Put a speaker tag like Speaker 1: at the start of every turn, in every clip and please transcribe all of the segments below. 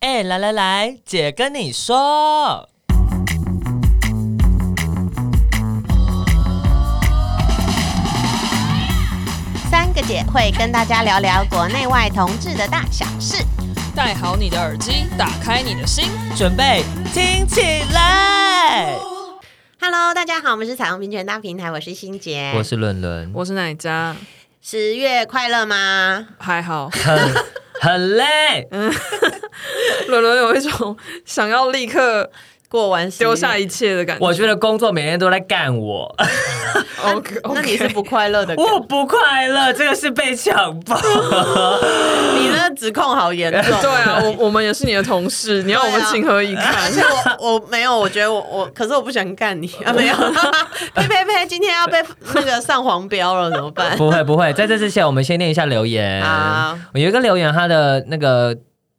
Speaker 1: 哎、来来来，姐跟你说，
Speaker 2: 三个姐会跟大家聊聊国内外同志的大小事。
Speaker 3: 戴好你的耳机，打开你的心。
Speaker 1: 准备听起来。
Speaker 2: Hello，大家好，我们是彩虹平权大平台，我是欣杰。
Speaker 1: 我是伦伦，
Speaker 3: 我是奶家，
Speaker 2: 十月快乐吗？
Speaker 3: 还好。
Speaker 1: 很 很累，
Speaker 3: 伦伦有一种想要立刻
Speaker 2: 过完十月
Speaker 3: 丢下一切的感觉。
Speaker 1: 我觉得工作每天都在干我，
Speaker 3: OK，
Speaker 2: 那你是不快乐的？
Speaker 1: 我不快乐，这个是被强暴。
Speaker 2: 你那指控好严重。
Speaker 3: 对啊，我我们也是你的同
Speaker 2: 啊
Speaker 3: 事，你要我们情何 以
Speaker 2: 而
Speaker 3: 堪？
Speaker 2: 且我我没有，我觉得我我，可是我不想干 你啊，没有， 呸呸呸，今天要被那个上黄标了，怎么 办？
Speaker 1: 不会不会，在这之前我们先念一下留言。
Speaker 2: 好
Speaker 1: 我有一个留言，他的那个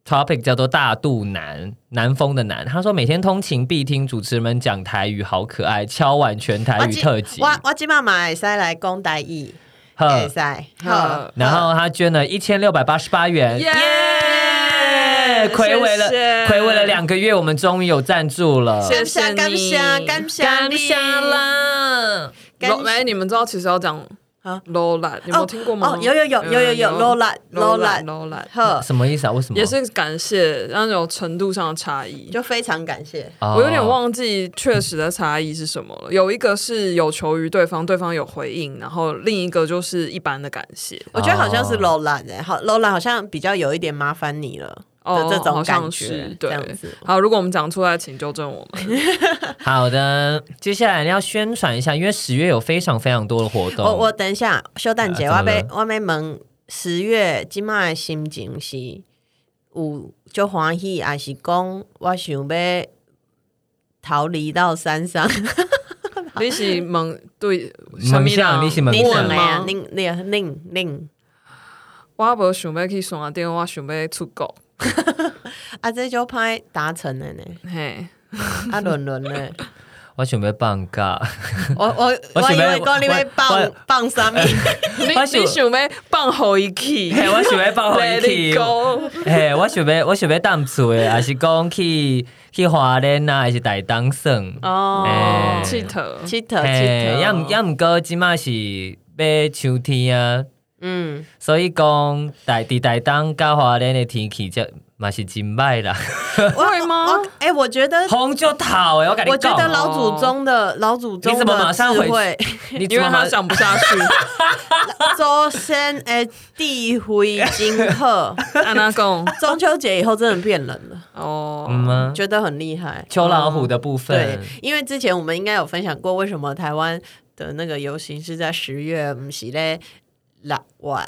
Speaker 1: topic 叫做“大肚男”，南风的男。他说每天通勤必听主持人们讲台语，好可爱，敲完全台
Speaker 2: 我
Speaker 1: 语
Speaker 2: 今
Speaker 1: 特辑。
Speaker 2: 我我今晚嘛会使哎来讲台语，
Speaker 3: 呃
Speaker 1: 呵
Speaker 2: 会使。好，
Speaker 1: 然后他捐了一千六百八十八元。
Speaker 3: 耶
Speaker 1: 耶！哎暌违了，
Speaker 3: 谢谢
Speaker 1: 暌违了两个月，我们终于有赞助了。
Speaker 3: 谢
Speaker 2: 感谢感谢感谢你
Speaker 3: 啦！
Speaker 2: 感谢
Speaker 3: 哎，你们知道其实要讲
Speaker 2: 啊
Speaker 3: Lola，
Speaker 2: 哦
Speaker 3: 你们有听过吗？嗯
Speaker 2: 哦有有有有有有 Lola Lola
Speaker 3: Lola，
Speaker 2: 呵，
Speaker 1: 什么意思啊？为什么？
Speaker 3: 也是感谢，然后有程度上的差异。
Speaker 2: 就非常感谢。
Speaker 1: 哦，
Speaker 3: 我有点忘记确实的差异是什么了。有一个是有求于对方，对方有回应，然后另一个就是一般的感谢。
Speaker 2: 我觉得好像是
Speaker 1: 哦
Speaker 2: Lola 哎、好 Lola 好像比较有一点麻烦你了的
Speaker 3: 哦，
Speaker 2: 这种
Speaker 3: 好
Speaker 2: 感
Speaker 3: 像
Speaker 2: 觉，
Speaker 3: 是
Speaker 2: 这
Speaker 3: 对
Speaker 2: 样子。
Speaker 3: 好，如果我们讲出来，请纠正我们。
Speaker 1: 好的，接下来要宣传一下，因为十月有非常非常多的活动。
Speaker 2: 我我等一下，修蛋姐，
Speaker 1: 啊
Speaker 2: 我
Speaker 1: 怎么了
Speaker 2: 被我被问十月今麦心情是有就欢喜，还是讲我想要逃离到山上？
Speaker 3: 你是蒙对什
Speaker 1: 猛
Speaker 3: 么
Speaker 1: 像
Speaker 3: 啦？
Speaker 1: 你是啊猛
Speaker 2: 你啊
Speaker 1: 像
Speaker 2: 怎
Speaker 3: 问
Speaker 2: 么
Speaker 3: 吗
Speaker 2: 样？？令令令令
Speaker 3: 我无想要去山顶，我想要出国。
Speaker 2: 啊，这就拍达成了呢，
Speaker 3: 嘿，
Speaker 2: 啊伦伦呢？
Speaker 1: 我准备放 假，
Speaker 2: 我我
Speaker 1: 我
Speaker 2: 我
Speaker 1: 想
Speaker 2: 以
Speaker 1: 要
Speaker 2: 为讲你会
Speaker 1: 我哎
Speaker 2: 放放啥物？
Speaker 3: 你
Speaker 1: 我想
Speaker 3: 你想要放好一去
Speaker 1: 嘿，哎我想要 放回
Speaker 3: Let
Speaker 1: 去
Speaker 3: it。go。
Speaker 1: 嘿，我想要我想要淡厝的，还是讲去去华联啊，还是台东耍。
Speaker 2: 哦
Speaker 1: 哎，
Speaker 3: 气头，
Speaker 2: 七头
Speaker 1: 嘿，
Speaker 2: 七头，
Speaker 1: 哎要唔要唔过即马是要秋天啊，
Speaker 2: 嗯，
Speaker 1: 所以讲台伫台东甲华联的天气这嘛是真歹啦，
Speaker 3: 会吗
Speaker 2: 我？哎、我觉 得，
Speaker 1: 风就透诶，我跟你
Speaker 2: 我觉得
Speaker 1: 讲，哦
Speaker 2: 老祖宗的老祖宗
Speaker 1: 你怎么马
Speaker 2: 的
Speaker 1: 上
Speaker 2: 智
Speaker 1: 回
Speaker 2: 慧，
Speaker 1: 你
Speaker 3: 因为他
Speaker 1: 想
Speaker 3: 想不 下去。
Speaker 2: 周先哎地慧金鹤，
Speaker 3: 安娜贡
Speaker 2: 中秋节以后真的变冷了，
Speaker 3: 哦，
Speaker 1: 嗯吗？
Speaker 2: 觉得很厉害。
Speaker 1: 秋老虎的部
Speaker 2: 对
Speaker 1: 分，，
Speaker 2: 因为之前我们应该有分享过，为什么台湾的那个游行是在十月，不是咧六月。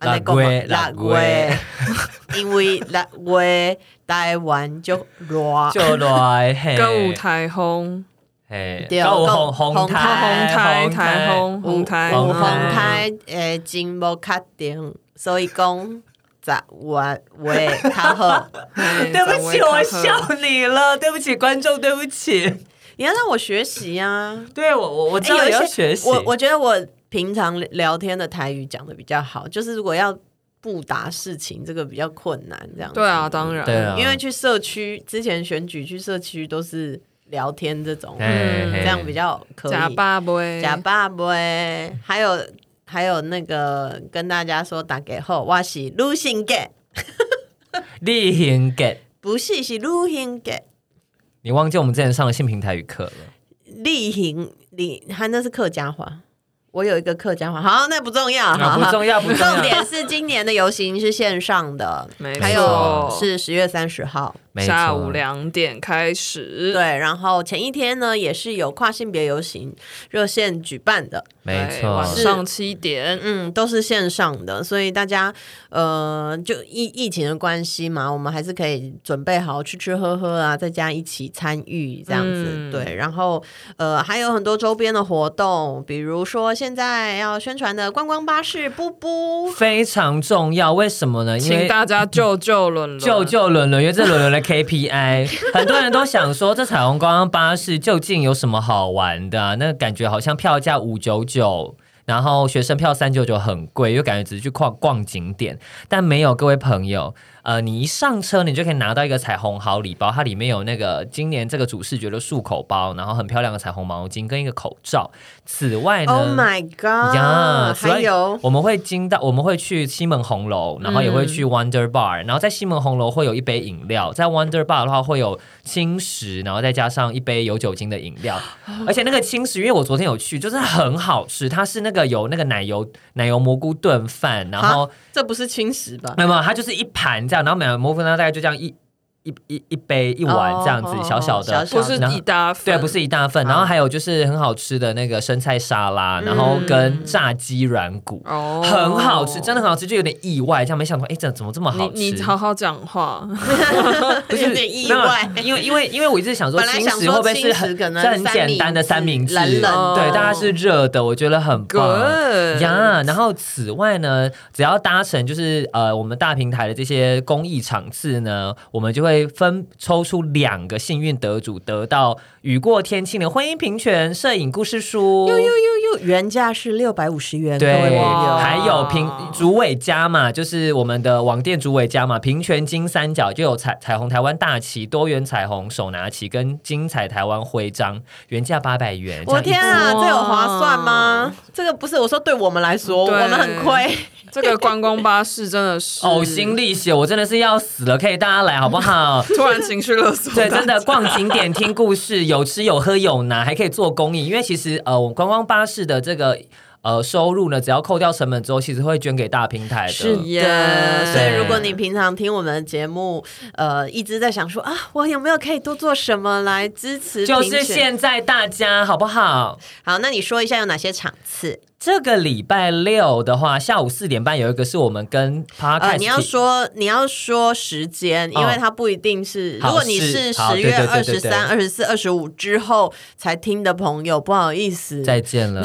Speaker 1: 六月六
Speaker 2: 六
Speaker 1: 月
Speaker 2: 月， 因为六月台湾就热，
Speaker 1: 就来 嘿，
Speaker 3: 歌舞台风，
Speaker 1: 嘿，
Speaker 2: 对
Speaker 1: 歌舞红
Speaker 2: 讲
Speaker 1: 红
Speaker 2: 红
Speaker 3: 哦红
Speaker 1: 哎台
Speaker 3: 台台风，红台
Speaker 1: 有
Speaker 2: 有
Speaker 1: 红
Speaker 2: 风
Speaker 1: 台
Speaker 2: 台诶，真无确定，所以讲十月会较好。
Speaker 1: 对不起，我。
Speaker 3: 嘿
Speaker 1: 笑你了，对不起观众，对不起。
Speaker 2: 你要让我学习啊！
Speaker 1: 对我我我知
Speaker 2: 诶
Speaker 1: 道你
Speaker 2: 有一
Speaker 1: 要
Speaker 2: 些
Speaker 1: 学习，
Speaker 2: 我我觉得我平常聊天的台语讲的比较好，就是如果要不答事情，这个比较困难，这样子
Speaker 3: 对啊，，当然，
Speaker 1: 对啊，
Speaker 2: 因为去社区之前选举去社区都是聊天这种，
Speaker 1: 嘿嘿
Speaker 2: 嗯这样比较可以。
Speaker 3: 假爸杯，
Speaker 2: 假爸爸欸，还有还有那个跟大家说打给后，我是女性格，
Speaker 1: 例行给。
Speaker 2: 不是是女性格，
Speaker 1: 你忘记我们之前上的性平台语课了？
Speaker 2: 例行例，他那是客家话。我有一个客家话，好，那不重要，
Speaker 1: 啊
Speaker 2: 好
Speaker 1: 不重要不重要
Speaker 2: 重点是今年的游行是线上的
Speaker 3: 没，错
Speaker 2: 还有是十月三十号，
Speaker 1: 没错
Speaker 3: 下午两点开始，
Speaker 2: 对，然后前一天呢也是有跨性别游行热线举办的，
Speaker 1: 没
Speaker 3: 对
Speaker 2: 哎
Speaker 1: 错
Speaker 3: 晚，上七点，
Speaker 2: 嗯，都是线上的，所以大家呃，就疫疫情的关系嘛，我们还是可以准备好吃吃喝喝啊，在家一起参与这样子，
Speaker 3: 嗯
Speaker 2: 对。然后呃，还有很多周边的活动，比如说现在要宣传的观光巴士布布，
Speaker 1: 非常重要。为什么呢？因
Speaker 3: 请
Speaker 1: 为
Speaker 3: 大家救救伦伦，
Speaker 1: 救救伦伦，因为这伦伦的 KPI，很 多人都想说这彩虹观光巴士究竟有什么好玩的啊、那感觉好像票价五九九。然后学生票三九九很贵，又感觉只是去逛逛景点，但没有各位朋友，呃，你一上车，你就可以拿到一个彩虹好礼包，它里面有那个今年这个主视觉的漱口包，然后很漂亮的彩虹毛巾跟一个口罩。此外哎呢
Speaker 2: Oh my god！
Speaker 1: 呀，所
Speaker 2: 还
Speaker 1: 以
Speaker 2: 有
Speaker 1: 我们会经到，我们会去西门红楼，然后也会
Speaker 2: 嗯
Speaker 1: 去 Wonder Bar，、然后在西门红楼会有一杯饮料，在 Wonder Bar 的话会有青石，然后再加上一杯有酒精的饮料，
Speaker 2: 哦
Speaker 1: 而且那个青石，因为我昨天有去，就是很好吃，它是那个有那个奶油奶油蘑菇炖饭，然后
Speaker 2: 这不是青石吧？
Speaker 1: 没有没有，它就是一盘这样，然后奶油蘑菇呢大概就这样一一一一杯一碗这样子，
Speaker 2: 哦
Speaker 1: 小小的，
Speaker 2: 小小
Speaker 3: 不
Speaker 2: 的
Speaker 3: 是
Speaker 1: 然后
Speaker 3: 一大份，
Speaker 1: 对，不是一大份，
Speaker 2: 好
Speaker 1: 然后还有就是很好吃的那个生菜沙拉，然后
Speaker 2: 嗯
Speaker 1: 跟炸鸡软骨，
Speaker 3: 哦，
Speaker 1: 很好吃，真的很好吃，就有点意外，这样没想到，哎，这怎么这么好吃？
Speaker 3: 你你好好讲话，
Speaker 1: 不是
Speaker 2: 有点意外
Speaker 1: 没有因为因为因为我一直想说
Speaker 2: 本来
Speaker 1: 青
Speaker 2: 想
Speaker 1: 石
Speaker 2: 说
Speaker 1: 会不会是
Speaker 2: 青
Speaker 1: 很
Speaker 2: 石可能
Speaker 1: 这很简单的三
Speaker 2: 三
Speaker 1: 明
Speaker 2: 明
Speaker 1: 治，
Speaker 2: 治冷
Speaker 3: 冷
Speaker 1: 对，
Speaker 3: 的
Speaker 1: 大家是热的，我觉得很棒。
Speaker 3: 滚
Speaker 1: 呀然后此外呢，只要搭乘就是呃我们大平台的这些公益场次呢，我们就会分抽出两个幸运得主，得到雨过天晴的婚姻平权摄影故事书。
Speaker 2: 又原价是六百五十元，各位
Speaker 1: 对，
Speaker 2: 朋友
Speaker 3: 哇
Speaker 1: 还有平主委家嘛，就是我们的网店主委家嘛，平权金三角就有彩彩虹台湾大旗、多元彩虹手拿旗跟金彩台湾徽章，原价八百元。
Speaker 2: 我天啊，
Speaker 3: 哇
Speaker 2: 这有划算吗？这个不是我说，对我们来说，我
Speaker 3: 对
Speaker 2: 们很亏。
Speaker 3: 这个观光巴士真的是
Speaker 1: 这样一！呕哦心沥血，我真的是要死了！可以大家来好不好？
Speaker 3: 突然情绪勒索，
Speaker 1: 对，真的逛景点、听故事，有吃有喝有拿，还可以做公益。因为其实呃，我们观光巴士的这个呃收入呢，只要扣掉成本之后，其实会捐给大平台的。
Speaker 2: 是
Speaker 3: 耶
Speaker 2: 的，所以
Speaker 1: 对
Speaker 2: 如果你平常听我们的节目，呃，一直在想说啊，我有没有可以多做什么来支持评
Speaker 1: 就
Speaker 2: 选？
Speaker 1: 是现在大家好不好？
Speaker 2: 好，那你说一下有哪些场次？
Speaker 1: 这个礼拜六的话，下午四点半有一个是我们跟 podcast，、
Speaker 2: 呃，你要说你要说时间，因为它不一定是，
Speaker 1: 哦好
Speaker 2: 如果你
Speaker 1: 是
Speaker 2: 是
Speaker 1: 好
Speaker 2: 十月
Speaker 1: 对对
Speaker 2: 二
Speaker 1: 对
Speaker 2: 十
Speaker 1: 对
Speaker 2: 三、二十四、二十五之后才听的朋友，不好意思，
Speaker 1: 再见 了。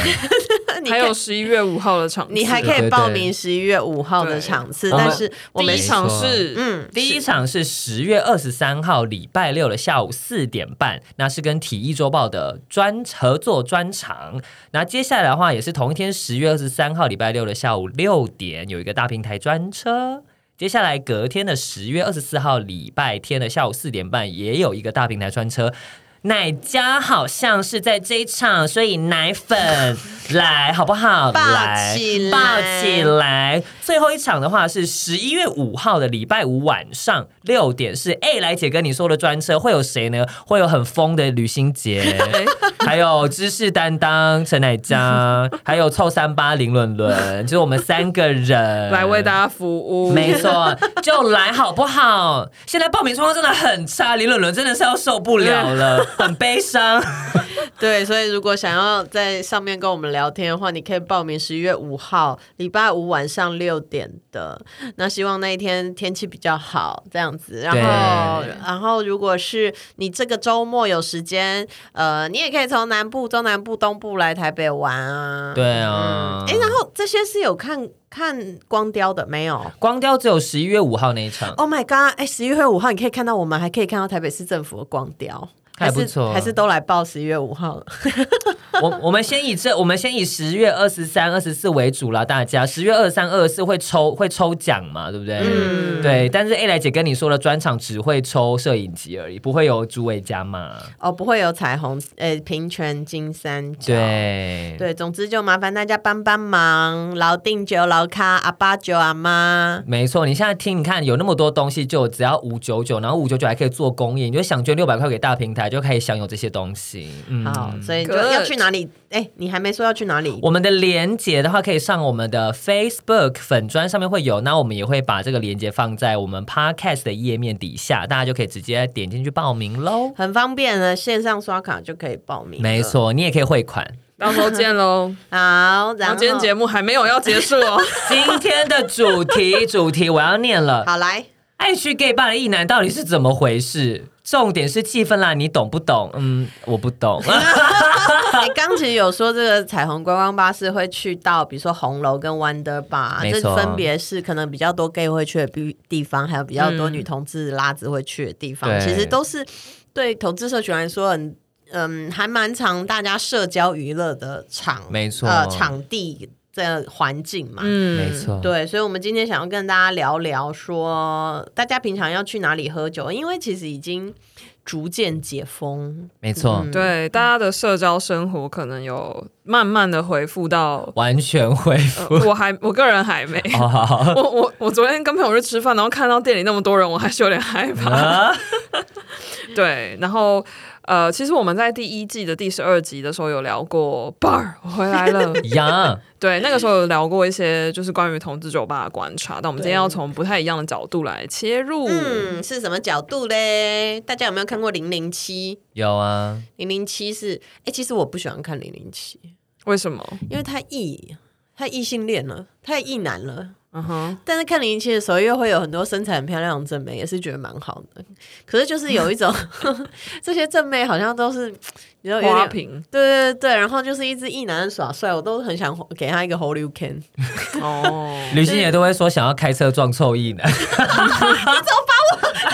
Speaker 2: 你
Speaker 3: 还
Speaker 2: 可以
Speaker 3: 有十一月五号的场次，
Speaker 2: 你还可
Speaker 1: 对对
Speaker 2: 以
Speaker 1: 对
Speaker 2: 报名十一月五号的场次，
Speaker 1: 对
Speaker 2: 但是我
Speaker 3: 第
Speaker 2: 们
Speaker 3: 一场是
Speaker 2: 嗯，
Speaker 1: 第一场是十月二十三号礼拜六的下午四点半，那是跟体育周报的专合作专场。那接下来的话也是同一天，十月二十三号礼拜六的下午六点有一个大平台专车。接下来隔天的十月二十四号礼拜天的下午四点半也有一个大平台专车。奶家好像是在这一场，所以奶粉来好不好？
Speaker 2: 抱
Speaker 1: 来
Speaker 2: 起来
Speaker 1: 抱起来。最后一场的话是十一月五号的礼拜五晚上六点，是 A 来姐跟你说的专车，会有谁呢？会有很疯的旅行 节，还有知识担当陈乃佳，还有臭三八林伦伦，就是我们三个 人
Speaker 3: 来为大。家服务，
Speaker 1: 呃 没错，就来好不好？现在报名状况真的很差，林伦伦真的是要受不了了， 很悲 伤。
Speaker 2: 对，所以如果想要在上面跟我们聊天的话，你可以报名十一月五号礼拜五晚上六点的。那希望那一天天气比较好，这样子。然后
Speaker 1: 对，
Speaker 2: 然后如果是你这个周末有时间，呃，你也可以从南部、中南部、东部来台北玩啊。
Speaker 1: 对
Speaker 2: 嗯
Speaker 1: 啊，
Speaker 2: 哎、然后这些是有看看光雕的没有？
Speaker 1: 光雕只有十一月五号那一 场，
Speaker 2: Oh my god！哎，十一月五号你可以看到我们，还可以看到台北市政府的光雕，
Speaker 1: 还不错
Speaker 2: 还是还是都来报十一月五号了。
Speaker 1: 我我们先以这，我们先以十月二十三、二十四为主啦，大家十月二三、二四会抽会抽奖嘛，对不对？
Speaker 2: 嗯
Speaker 1: 对。但是 A 来姐跟你说了，专场只会抽摄影集而已，不会有主委加嘛？
Speaker 2: 哦，不会有彩虹，呃，平权金三角。
Speaker 1: 对。
Speaker 2: 对总之就麻烦大家帮帮忙，老定九、老咖、阿爸九、阿妈。
Speaker 1: 没错，你现在听，你看有那么多东西，就只要五九九，然后五九九还可以做公益，你就想捐六百块给大平台，就可以享有这些东西。嗯，
Speaker 2: 好，所以就
Speaker 3: Good
Speaker 2: 要去哪里？哎，你还没说要去哪里？
Speaker 1: 我们的连接的话，可以上我们的 Facebook 粉砖上面会有，那我们也会把这个连接放在我们 Podcast 的页面底下，大家就可以直接点进去报名喽。
Speaker 2: 很方便的，线上刷卡就可以报名。
Speaker 1: 没。错，你也可以汇款。
Speaker 3: 到时候见喽。
Speaker 2: 好，
Speaker 3: 然
Speaker 2: 然
Speaker 3: 后
Speaker 2: 后
Speaker 3: 今天节目还没有要结束 哦，
Speaker 1: 今天的主题，主题我要念 了，
Speaker 2: 好来，
Speaker 1: 爱去 gay 吧的意男到底是怎么回事？重点是气氛啦，你懂不懂？嗯，我不懂。
Speaker 2: 哎，刚其实有说这个彩虹观光巴士会去到，比如说红楼跟 Wonder Bar，
Speaker 1: 没
Speaker 2: 这
Speaker 1: 错
Speaker 2: 分别是可能比较多 gay 会去的地地方，还有比较多女同志拉子会去的地方，
Speaker 1: 对
Speaker 2: 其实都是对投资社群来说很。嗯，还蛮常大家社交娱乐的场，
Speaker 1: 没错
Speaker 2: 呃，场地这个环境嘛。
Speaker 3: 嗯
Speaker 1: 没，错，
Speaker 2: 对，所以，我们今天想要跟大家聊聊说，大家平常要去哪里喝酒？因为其实已经逐渐解封，
Speaker 1: 没错，
Speaker 2: 嗯
Speaker 3: 对，大家的社交生活可能有慢慢的回复到，
Speaker 1: 完全恢
Speaker 3: 呃
Speaker 1: 复。
Speaker 2: 哦
Speaker 3: 我还我个人还没。
Speaker 1: 哦好好
Speaker 3: 我我我昨天跟朋友去吃饭，然后看到店里那么多人，我还是有点害怕。
Speaker 1: 啊，
Speaker 3: 对，然后呃，其实我们在第一季的第十二集的时候有聊过 bar，我回来了。
Speaker 1: 呀，
Speaker 3: 对，那个时候有聊过一些就是关于同志酒吧的观察，但我们今天
Speaker 2: 对
Speaker 3: 要从不太一样的角度来切入。
Speaker 2: 嗯，是什么角度嘞？大家有没有看过《零零七》？
Speaker 1: 有啊，
Speaker 2: 零零七是，哎、其实我不喜欢看零零七，
Speaker 3: 为什么？
Speaker 2: 因为太异，太异性恋了，太异男了。
Speaker 3: 嗯哼，
Speaker 2: 但是看零零七的时候，又会有很多身材很漂亮的正妹，也是觉得蛮好的。可是就是有一 种，这些正妹好像都是，你知呃道有
Speaker 3: 花
Speaker 2: 点
Speaker 3: 瓶
Speaker 2: 对对对，然后就是一只一男耍帅，我都很想给他一个 Holy Can。
Speaker 3: 哦，
Speaker 1: 旅行也都会说想要开车撞臭 意男，
Speaker 2: 把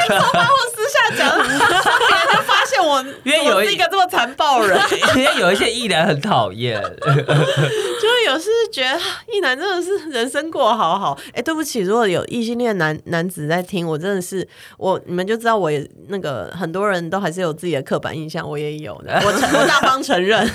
Speaker 2: 啊我私下讲，别人就发现我
Speaker 1: 因为
Speaker 2: 我
Speaker 1: 有一
Speaker 2: 是一个这么残暴人，
Speaker 1: 因为有一些意男很讨 厌。
Speaker 2: 就是有时觉得啊一男真的是人生过好好。哎，对不起，如果有异性恋男男子在听，我真的是我你们就知道我也那个很多人都还是有自己的刻板印象，我也有 的，我承我大方承认。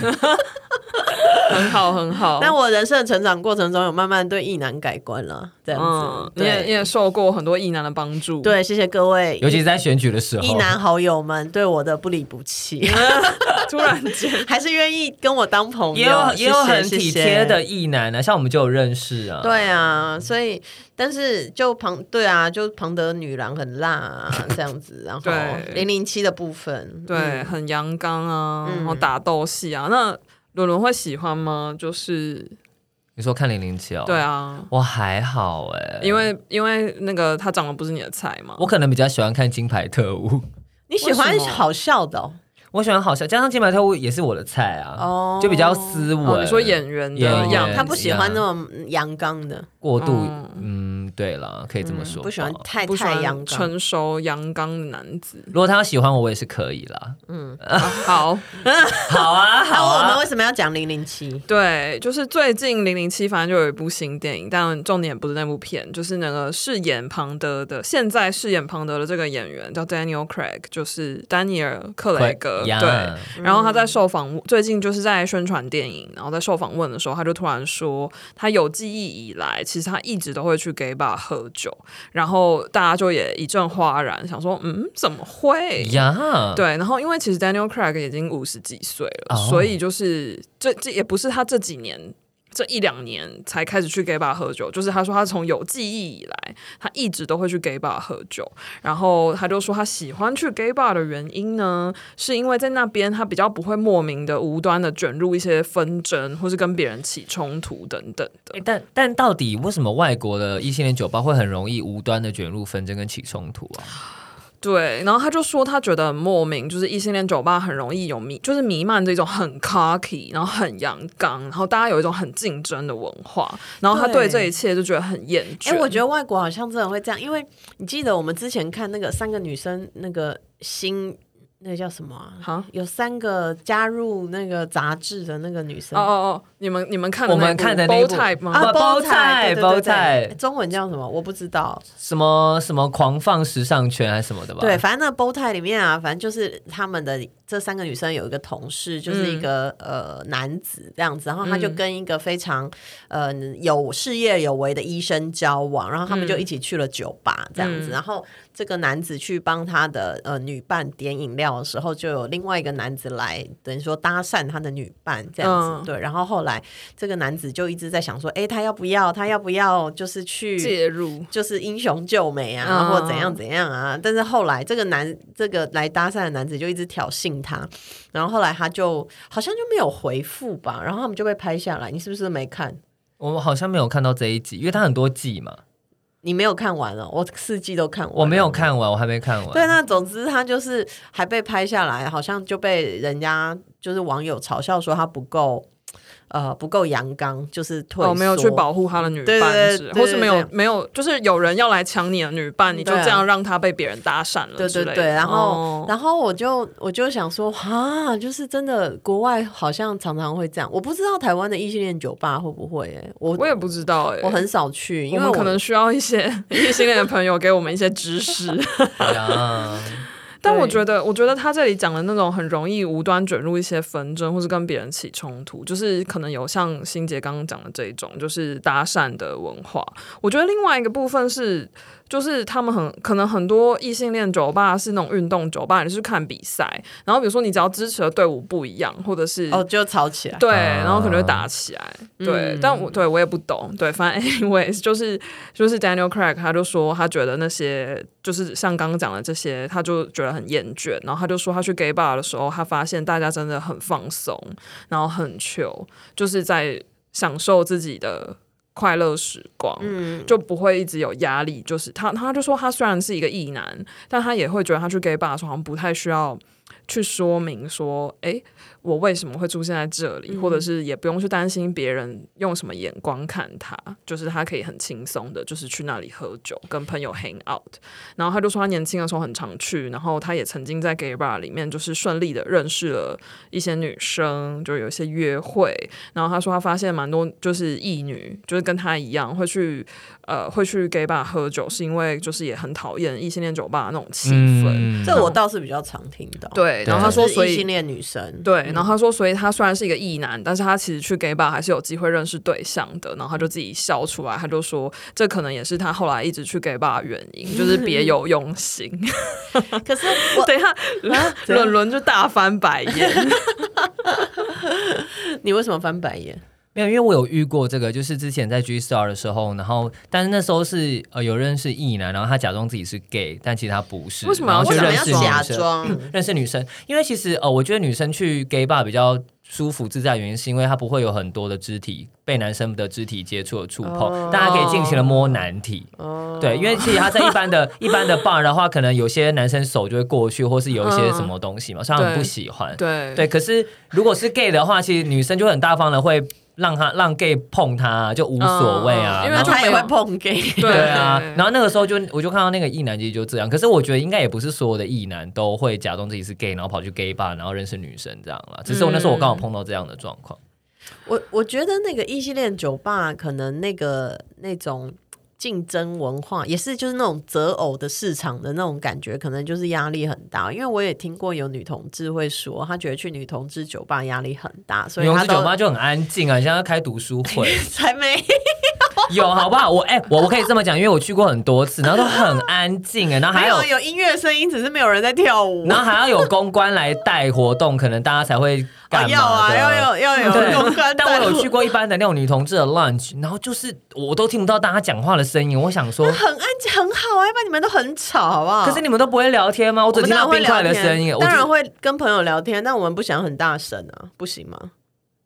Speaker 3: 很好很好。嗯
Speaker 2: 但我人生的成长过程中，有慢慢对异男改观了，这样子
Speaker 3: 嗯，。你也你
Speaker 2: 对
Speaker 3: 也受过很多异男的帮助。，
Speaker 2: 对，谢谢各位
Speaker 1: 尤其是在选举的时
Speaker 2: 一
Speaker 1: 候，
Speaker 2: 男好友们对我的不离不 弃，
Speaker 3: 突然间，
Speaker 2: 还是愿意跟我当朋友，
Speaker 1: 也有也有
Speaker 2: 谢谢
Speaker 1: 很体贴。
Speaker 2: 谢
Speaker 1: 的
Speaker 2: 谢
Speaker 1: 意男啊，像我们就有认识啊。
Speaker 2: 对啊，所以但是就庞对啊，就庞德女郎很辣啊，这样子，然后
Speaker 3: 对
Speaker 2: 零零七的部分，
Speaker 3: 对，
Speaker 2: 嗯
Speaker 3: 很阳刚啊，
Speaker 2: 嗯
Speaker 3: 然后打斗戏啊。那伦伦会喜欢吗？就是
Speaker 1: 你说看零零七哦，
Speaker 3: 对，啊，
Speaker 1: 我还好哎，
Speaker 3: 因为因为那个他长得不是你的菜嘛。
Speaker 1: 我可能比较喜欢看金牌特务，
Speaker 2: 你喜欢
Speaker 3: 为什么
Speaker 2: 好笑的哦，
Speaker 1: 我喜欢好笑，加上金牌特务也是我的菜啊，
Speaker 2: 哦
Speaker 1: 就比较斯
Speaker 3: 哦，
Speaker 1: 文。
Speaker 3: 你说演员的
Speaker 1: 演
Speaker 2: 哦
Speaker 1: 员
Speaker 3: 样
Speaker 2: 他
Speaker 3: 子，
Speaker 2: 不喜欢那种阳刚的，嗯
Speaker 1: 过度
Speaker 3: 嗯，
Speaker 1: 嗯，对了，可以这么说吧。
Speaker 2: 不喜欢太
Speaker 3: 不喜
Speaker 2: 太阳
Speaker 3: 欢
Speaker 2: 刚。
Speaker 3: 成熟阳刚的男子。
Speaker 1: 如果他要喜欢我，我也是可以啦。
Speaker 3: 啊好，
Speaker 1: 好啊，
Speaker 2: 那
Speaker 1: 好
Speaker 2: 我们
Speaker 1: 啊，
Speaker 2: 为什么要讲零零七？
Speaker 3: 对，就是最近零零七，反正就有一部新电影，但重点不是那部片，就是那个饰演庞德的，现在饰演庞德的这个演员叫 Daniel Craig，就是丹尼尔·克雷格。
Speaker 1: 呀
Speaker 3: 对，然后他在受访问，最近就是在宣传电影，然后在受访问的时候，他就突然说，他有记忆以来，其实他一直都会去 gay bar 喝酒，然后大家就也一阵哗然，想说，嗯，怎么会？
Speaker 1: 呀，
Speaker 3: 对，然后因为其实 Daniel Craig 已经五十几岁
Speaker 1: 嗯
Speaker 3: 了，
Speaker 1: 哦
Speaker 3: 所以就是这这也不是他这几年。这一两年才开始去 gay bar 喝酒，就是他说他从有记忆以来，他一直都会去 gay bar 喝酒。然后他就说他喜欢去 gay bar 的原因呢，是因为在那边他比较不会莫名的无端的卷入一些纷争，或是跟别人起冲突等等的。
Speaker 1: 诶但但到底为什么外国的异性恋酒吧会很容易无端的卷入纷争跟起冲突啊？
Speaker 3: 对，然后他就说他觉得很莫名，就是异性恋酒吧很容易有弥，就是弥漫着一种很 cocky，然后很阳刚，然后大家有一种很竞争的文化，然后他对
Speaker 2: 对
Speaker 3: 这一切就觉得很厌倦。
Speaker 2: 哎、我觉得外国好像真的会这样，因为你记得我们之前看那个三个女生那个新那个叫什么啊？
Speaker 3: 好。
Speaker 2: 有三个加入那个杂志的那个女生
Speaker 3: 哦哦哦！你们你们看的
Speaker 1: 我们
Speaker 3: 部
Speaker 1: 看的那一
Speaker 3: Bow
Speaker 1: 部
Speaker 3: Type 吗？
Speaker 1: 啊包
Speaker 2: 菜
Speaker 1: 菜
Speaker 2: 对对
Speaker 1: 包
Speaker 2: 对
Speaker 1: 菜
Speaker 2: 哎中文叫什么？我不知道。
Speaker 1: 什么什么狂放时尚圈还是什么的吧？
Speaker 2: 对，，反正那个包菜里面啊，反正就是他们的这三个女生有一个同事，就是一个、
Speaker 1: 嗯
Speaker 2: 呃男子这样子，然后他就
Speaker 3: 嗯
Speaker 2: 跟一个非常呃有事业有为的医生交往，然后他们就一起去了酒吧这样子，
Speaker 3: 嗯
Speaker 2: 然后这个男子去帮他的呃女伴点饮料的时候，就有另外一个男子来等于说搭讪他的女伴这样子，
Speaker 3: 嗯
Speaker 2: 对，然后后来这个男子就一直在想说，哎，他要不要，他要不要，就是去
Speaker 3: 介入
Speaker 2: 就是英雄救美啊，
Speaker 3: 嗯
Speaker 2: 或怎样怎样啊。但是后来这个男这个来搭讪的男子就一直挑衅他，然后后来他就好像就没有回复吧，然后他们就被拍下来。你是不是没看？
Speaker 1: 我们好像没有看到这一集，因为它很多季嘛，
Speaker 2: 你没有看完了，我四季都看完，
Speaker 1: 我没有。看完，我还没看完。
Speaker 2: 对，那总之他就是还被拍下来，好像就被人家就是网友嘲笑说他不够。呃不够阳刚，就是退缩、
Speaker 3: 哦，没有去保护他的女
Speaker 2: 对对
Speaker 3: 伴
Speaker 2: 对
Speaker 3: 之，
Speaker 2: 对
Speaker 3: 或是没有
Speaker 2: 对
Speaker 3: 没有，就是有人要来抢你的女伴，你就
Speaker 2: 对啊
Speaker 3: 这样让他被别人搭讪了
Speaker 2: 对对
Speaker 3: 之类的，
Speaker 2: 对，然后、
Speaker 3: 哦
Speaker 2: 然后我就我就想说，啊，就是真的，国外好像常常会这样，我不知道台湾的异性恋酒吧会不会、欸，我
Speaker 3: 我也不知道哎、
Speaker 2: 我很少去，因
Speaker 3: 我
Speaker 2: 为
Speaker 3: 们
Speaker 2: 我
Speaker 3: 可能需要一些 异性恋的朋友给我们一些知识，
Speaker 1: 呀，
Speaker 3: 但我
Speaker 2: 对
Speaker 3: 觉得，我觉得他这里讲的那种很容易无端卷入一些纷争，或是跟别人起冲突，就是可能有像欣杰刚刚讲的这一种，就是搭讪的文化。我觉得另外一个部分是，就是他们很可能很多异性恋酒吧是那种运动酒吧，你是看比赛，然后比如说你只要支持的队伍不一样，或者是
Speaker 2: 哦就吵起来，
Speaker 3: 对，
Speaker 1: 啊
Speaker 3: 然后可能会打起来。对，
Speaker 2: 嗯
Speaker 3: 但我对我也不懂。对，反正 anyways，就是就是 Daniel Craig，他就说他觉得那些就是像刚刚讲的这些，他就觉得很厌倦。然后他就说他去 gay bar 的时候，他发现大家真的很放松，然后很 chill，就是在享受自己的快乐时光。
Speaker 2: 嗯，
Speaker 3: 就不会一直有压力。就是他，他就说他虽然是一个异男，但他也会觉得他去 gay bar 的时候好像不太需要去说明说，诶，我为什么会出现在这里，或者是也不用去担心别人用什么眼光看他，就是他可以很轻松的，就是去那里喝酒，跟朋友 hang out。然后他就说他年轻的时候很常去，然后他也曾经在 gay bar 里面就是顺利的认识了一些女生，就有一些约会。然后他说他发现蛮多就是异女，就是跟他一样会去呃会去 gay bar 喝酒，是因为就是也很讨厌异性恋酒吧那种气氛。
Speaker 1: 嗯
Speaker 2: 这我倒是比较常听到，，
Speaker 3: 哦对，然后
Speaker 1: 对
Speaker 3: 他说，
Speaker 2: 就是
Speaker 3: 所
Speaker 2: 异
Speaker 3: 以
Speaker 2: 性恋女生，嗯
Speaker 3: 对，然后他说，所以他虽然是一个异男，但是他其实去 gay bar 还是有机会认识对象的。然后他就自己笑出来，他就说，这可能也是他后来一直去 gay bar 的原因，就是别有用心。
Speaker 2: 可是我
Speaker 3: 等一下，伦伦就大翻白眼。
Speaker 2: 你为什么翻白眼？
Speaker 1: 没有，因为我有遇过这个，就是之前在 G Star 的时候，然后但是那时候是呃有认识异男，然后他假装自己是 gay，但其实他不是，
Speaker 3: 为什么
Speaker 1: 然后
Speaker 3: 我
Speaker 1: 就
Speaker 2: 为什么
Speaker 3: 想
Speaker 1: 认识
Speaker 2: 要
Speaker 1: 女
Speaker 2: 假
Speaker 1: 生
Speaker 2: 装？
Speaker 1: 认识女生，因为其实呃，我觉得女生去 gay bar 比较舒服自在，原因是因为她不会有很多的肢体被男生的肢体接触的触
Speaker 2: 哦
Speaker 1: 碰，大家可以尽情的摸男体。
Speaker 2: 哦，
Speaker 1: 对，因为其实他在一般的、一般的 bar 的话，可能有些男生手就会过去，或是有一些什么东西嘛，所以他们
Speaker 3: 对
Speaker 1: 不喜欢。
Speaker 3: 对
Speaker 1: 对，可是如果是 gay 的话，其实女生就很大方的会让他让 gay 碰他，就无所谓啊。
Speaker 3: 嗯因为
Speaker 1: 然后
Speaker 2: 他也
Speaker 3: 没有
Speaker 2: 会碰 gay，
Speaker 3: 对
Speaker 1: 对啊，然后那个时候就我就看到那个异男其实就这样，可是我觉得应该也不是所有的异男都会假装自己是 gay，然后跑去 gay bar，然后认识女生这样啦。只是我那时候我刚好碰到这样的状况，
Speaker 2: 我我觉得那个异性恋酒吧，可能那个那种竞争文化，也是就是那种择偶的市场的那种感觉，可能就是压力很大。因为我也听过有女同志会说，她觉得去女同志酒吧压力很大，所以
Speaker 1: 女同
Speaker 2: 她
Speaker 1: 志
Speaker 2: 都
Speaker 1: 酒吧就很安静啊，你像要开读书会，
Speaker 2: 才没
Speaker 1: 有好不好？我哎、我我可以这么讲，因为我去过很多次，然后都很安静哎、然后
Speaker 2: 没
Speaker 1: 还有
Speaker 2: 有。有音乐声音，只是没有人在跳舞。啊
Speaker 1: 然后还要有公关来带活动，可能大家才会干嘛、
Speaker 2: 哦
Speaker 1: 的。
Speaker 2: 要啊，要有要有
Speaker 1: 对
Speaker 2: 公关带
Speaker 1: 但我有
Speaker 2: 路
Speaker 1: 去过一般的那种女同志的 lunch，然后就是我都听不到大家讲话的声音。我想说，
Speaker 2: 很安静，很好啊，要不然你们都很吵，好不好？
Speaker 1: 可是你们都不会聊天吗？我
Speaker 2: 哦
Speaker 1: 只
Speaker 2: 我们
Speaker 1: 听
Speaker 2: 当然
Speaker 1: 到
Speaker 2: 会
Speaker 1: 冰
Speaker 2: 聊
Speaker 1: 块的
Speaker 2: 天，
Speaker 1: 声音。我
Speaker 2: 当
Speaker 1: 只
Speaker 2: 然会跟朋友聊天，但我们不想很大声啊，不行吗？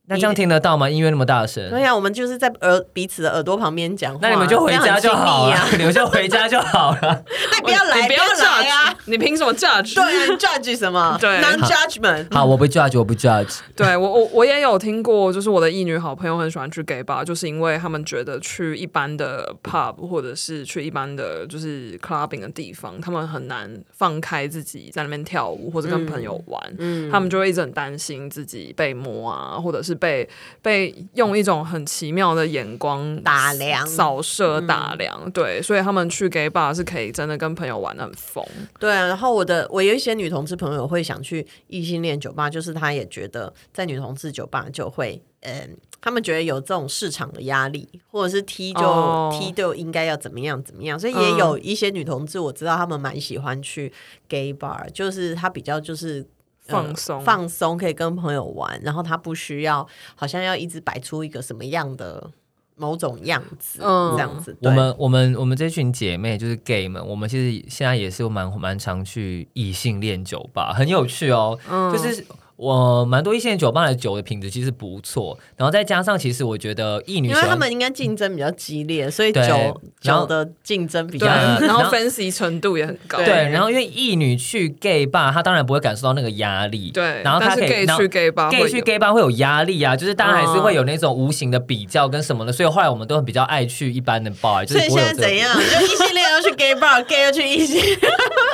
Speaker 1: 那这样听得到吗？音乐那么大
Speaker 2: 对啊
Speaker 1: 声，
Speaker 2: 呀、我们就是在耳彼此的耳朵旁边讲话，
Speaker 1: 那你们就回家就好
Speaker 2: 这
Speaker 1: 了
Speaker 2: 样，很亲密啊！
Speaker 1: 你们就回家就好 了。
Speaker 2: 那 不要
Speaker 3: 你
Speaker 2: 来，
Speaker 3: 不要
Speaker 2: 来啊！
Speaker 3: judge，你凭什么 judge？
Speaker 2: 对啊，你 judge 什么？
Speaker 3: 对
Speaker 2: ，non judgment。
Speaker 1: 好，我不 judge，我不 judge。
Speaker 3: 对我我我也有听过，就是我的异女好朋友很喜欢去 gay bar，就是因为他们觉得去一般的 pub 或者是去一般的就是 clubbing 的地方，他们很难放开自己在那边跳舞或者跟朋友玩，
Speaker 2: 嗯
Speaker 3: 他们就会一直很担心自己被摸啊，或者是被被用一种很奇妙的眼光
Speaker 2: 打量嗯
Speaker 3: 扫射、打量。对，所以他们去 gay bar 是可以真的跟朋友玩的很疯。
Speaker 2: 对啊，然后我的我有一些女同志朋友会想去异性恋酒吧，就是她也觉得在女同志酒吧就会，嗯，他们觉得有这种市场的压力，或者是 T 就、
Speaker 3: 哦嗯
Speaker 2: T 就应该要怎么样怎么样，所以也有一些女同志我知道她们蛮喜欢去 gay bar，就是她比较就是呃
Speaker 3: 放松
Speaker 2: 放松可以跟朋友玩，然后他不需要好像要一直摆出一个什么样的某种样子，
Speaker 3: 嗯
Speaker 2: 这样子。对
Speaker 1: 我们我们我们这群姐妹就是 gay 们，我们其
Speaker 3: 嗯
Speaker 2: 嗯
Speaker 1: 实现在也是蛮蛮常去异性恋酒吧，很有趣哦。就是我蛮多一线酒吧的酒的品质其实不错，然后再加上其实我觉得艺女喜
Speaker 2: 因为
Speaker 1: 欢
Speaker 2: 他们应该竞争比较激烈，所以
Speaker 1: 对
Speaker 2: 酒
Speaker 1: 然后
Speaker 2: 酒的竞争比
Speaker 3: 对，
Speaker 2: 较
Speaker 1: 啊
Speaker 3: 然后
Speaker 1: 然后
Speaker 3: fancy 程度也很高，
Speaker 2: 对
Speaker 1: 对，然后因为异女去 gay bar，她当然不会感受到那个压力，
Speaker 3: 对，
Speaker 1: 然后她
Speaker 3: 但是
Speaker 1: 可以
Speaker 3: gay
Speaker 1: 然后
Speaker 3: 去 gay 吧
Speaker 1: gay 去 gay bar 会有压力啊，就是大家还是
Speaker 3: 哦
Speaker 1: 会有那种无形的比较跟什么的，所以后来我们都很比较爱去一般的 bar，就
Speaker 2: 所
Speaker 1: 是
Speaker 2: 以
Speaker 1: 不
Speaker 2: 现
Speaker 1: 会有
Speaker 2: 在
Speaker 1: 这个
Speaker 2: 怎样？就异性恋要去 gay bar，gay 要去异性恋，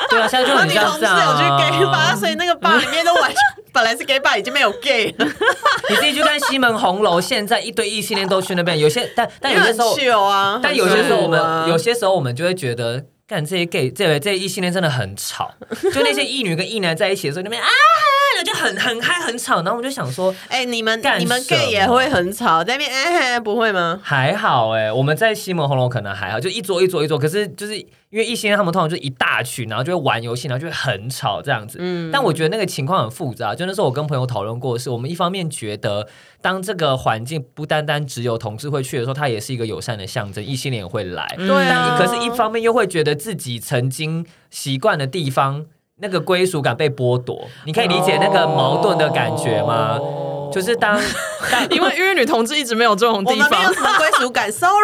Speaker 1: 对啊，现在就
Speaker 2: 然后
Speaker 1: 很
Speaker 2: 哦你同
Speaker 1: 像
Speaker 2: 事
Speaker 1: 这样、
Speaker 2: 有去 gay bar，
Speaker 1: 啊。
Speaker 2: 所以那个 bar 里面都完全本来是 gay bar，已经没有 gay 了，
Speaker 1: 你自己去看西门红楼，现在一堆异性恋都去那边，有些但 但有些时候
Speaker 2: 去哦啊，
Speaker 1: 但有些时候我
Speaker 2: 很舒服啊
Speaker 1: 们有些时候我们就会觉得。干这些 gay 这这异性恋真的很吵，就那些异女跟异男在一起的时候，那边啊，然后就很很嗨很吵，然后我就想说
Speaker 2: 哎，你们
Speaker 1: 干
Speaker 2: 你们
Speaker 1: 什
Speaker 2: gay 也
Speaker 1: 么
Speaker 2: 会很吵，在那边哎不会吗？
Speaker 1: 还好哎、我们在西门红楼可能还好，就一桌一桌一桌，可是就是因为异性恋他们通常就一大群，然后就会玩游戏，然后就会很吵这样子。但我觉得那个情况很复杂，就那时候我跟朋友讨论过的是，我们一方面觉得当这个环境不单单只有同志会去的时候，它也是一个友善的象征，异性恋也会来，
Speaker 2: 对啊，
Speaker 1: 嗯可是，一方面又会觉得自己曾经习惯的地方，那个归属感被剥夺。你可以理解那个矛盾的感觉吗？
Speaker 3: 哦
Speaker 1: 就是当
Speaker 3: 因 为因为女同志一直没有这种
Speaker 2: 哦我
Speaker 3: 地
Speaker 2: 们没有
Speaker 3: 方，
Speaker 2: 什么归属感，sorry，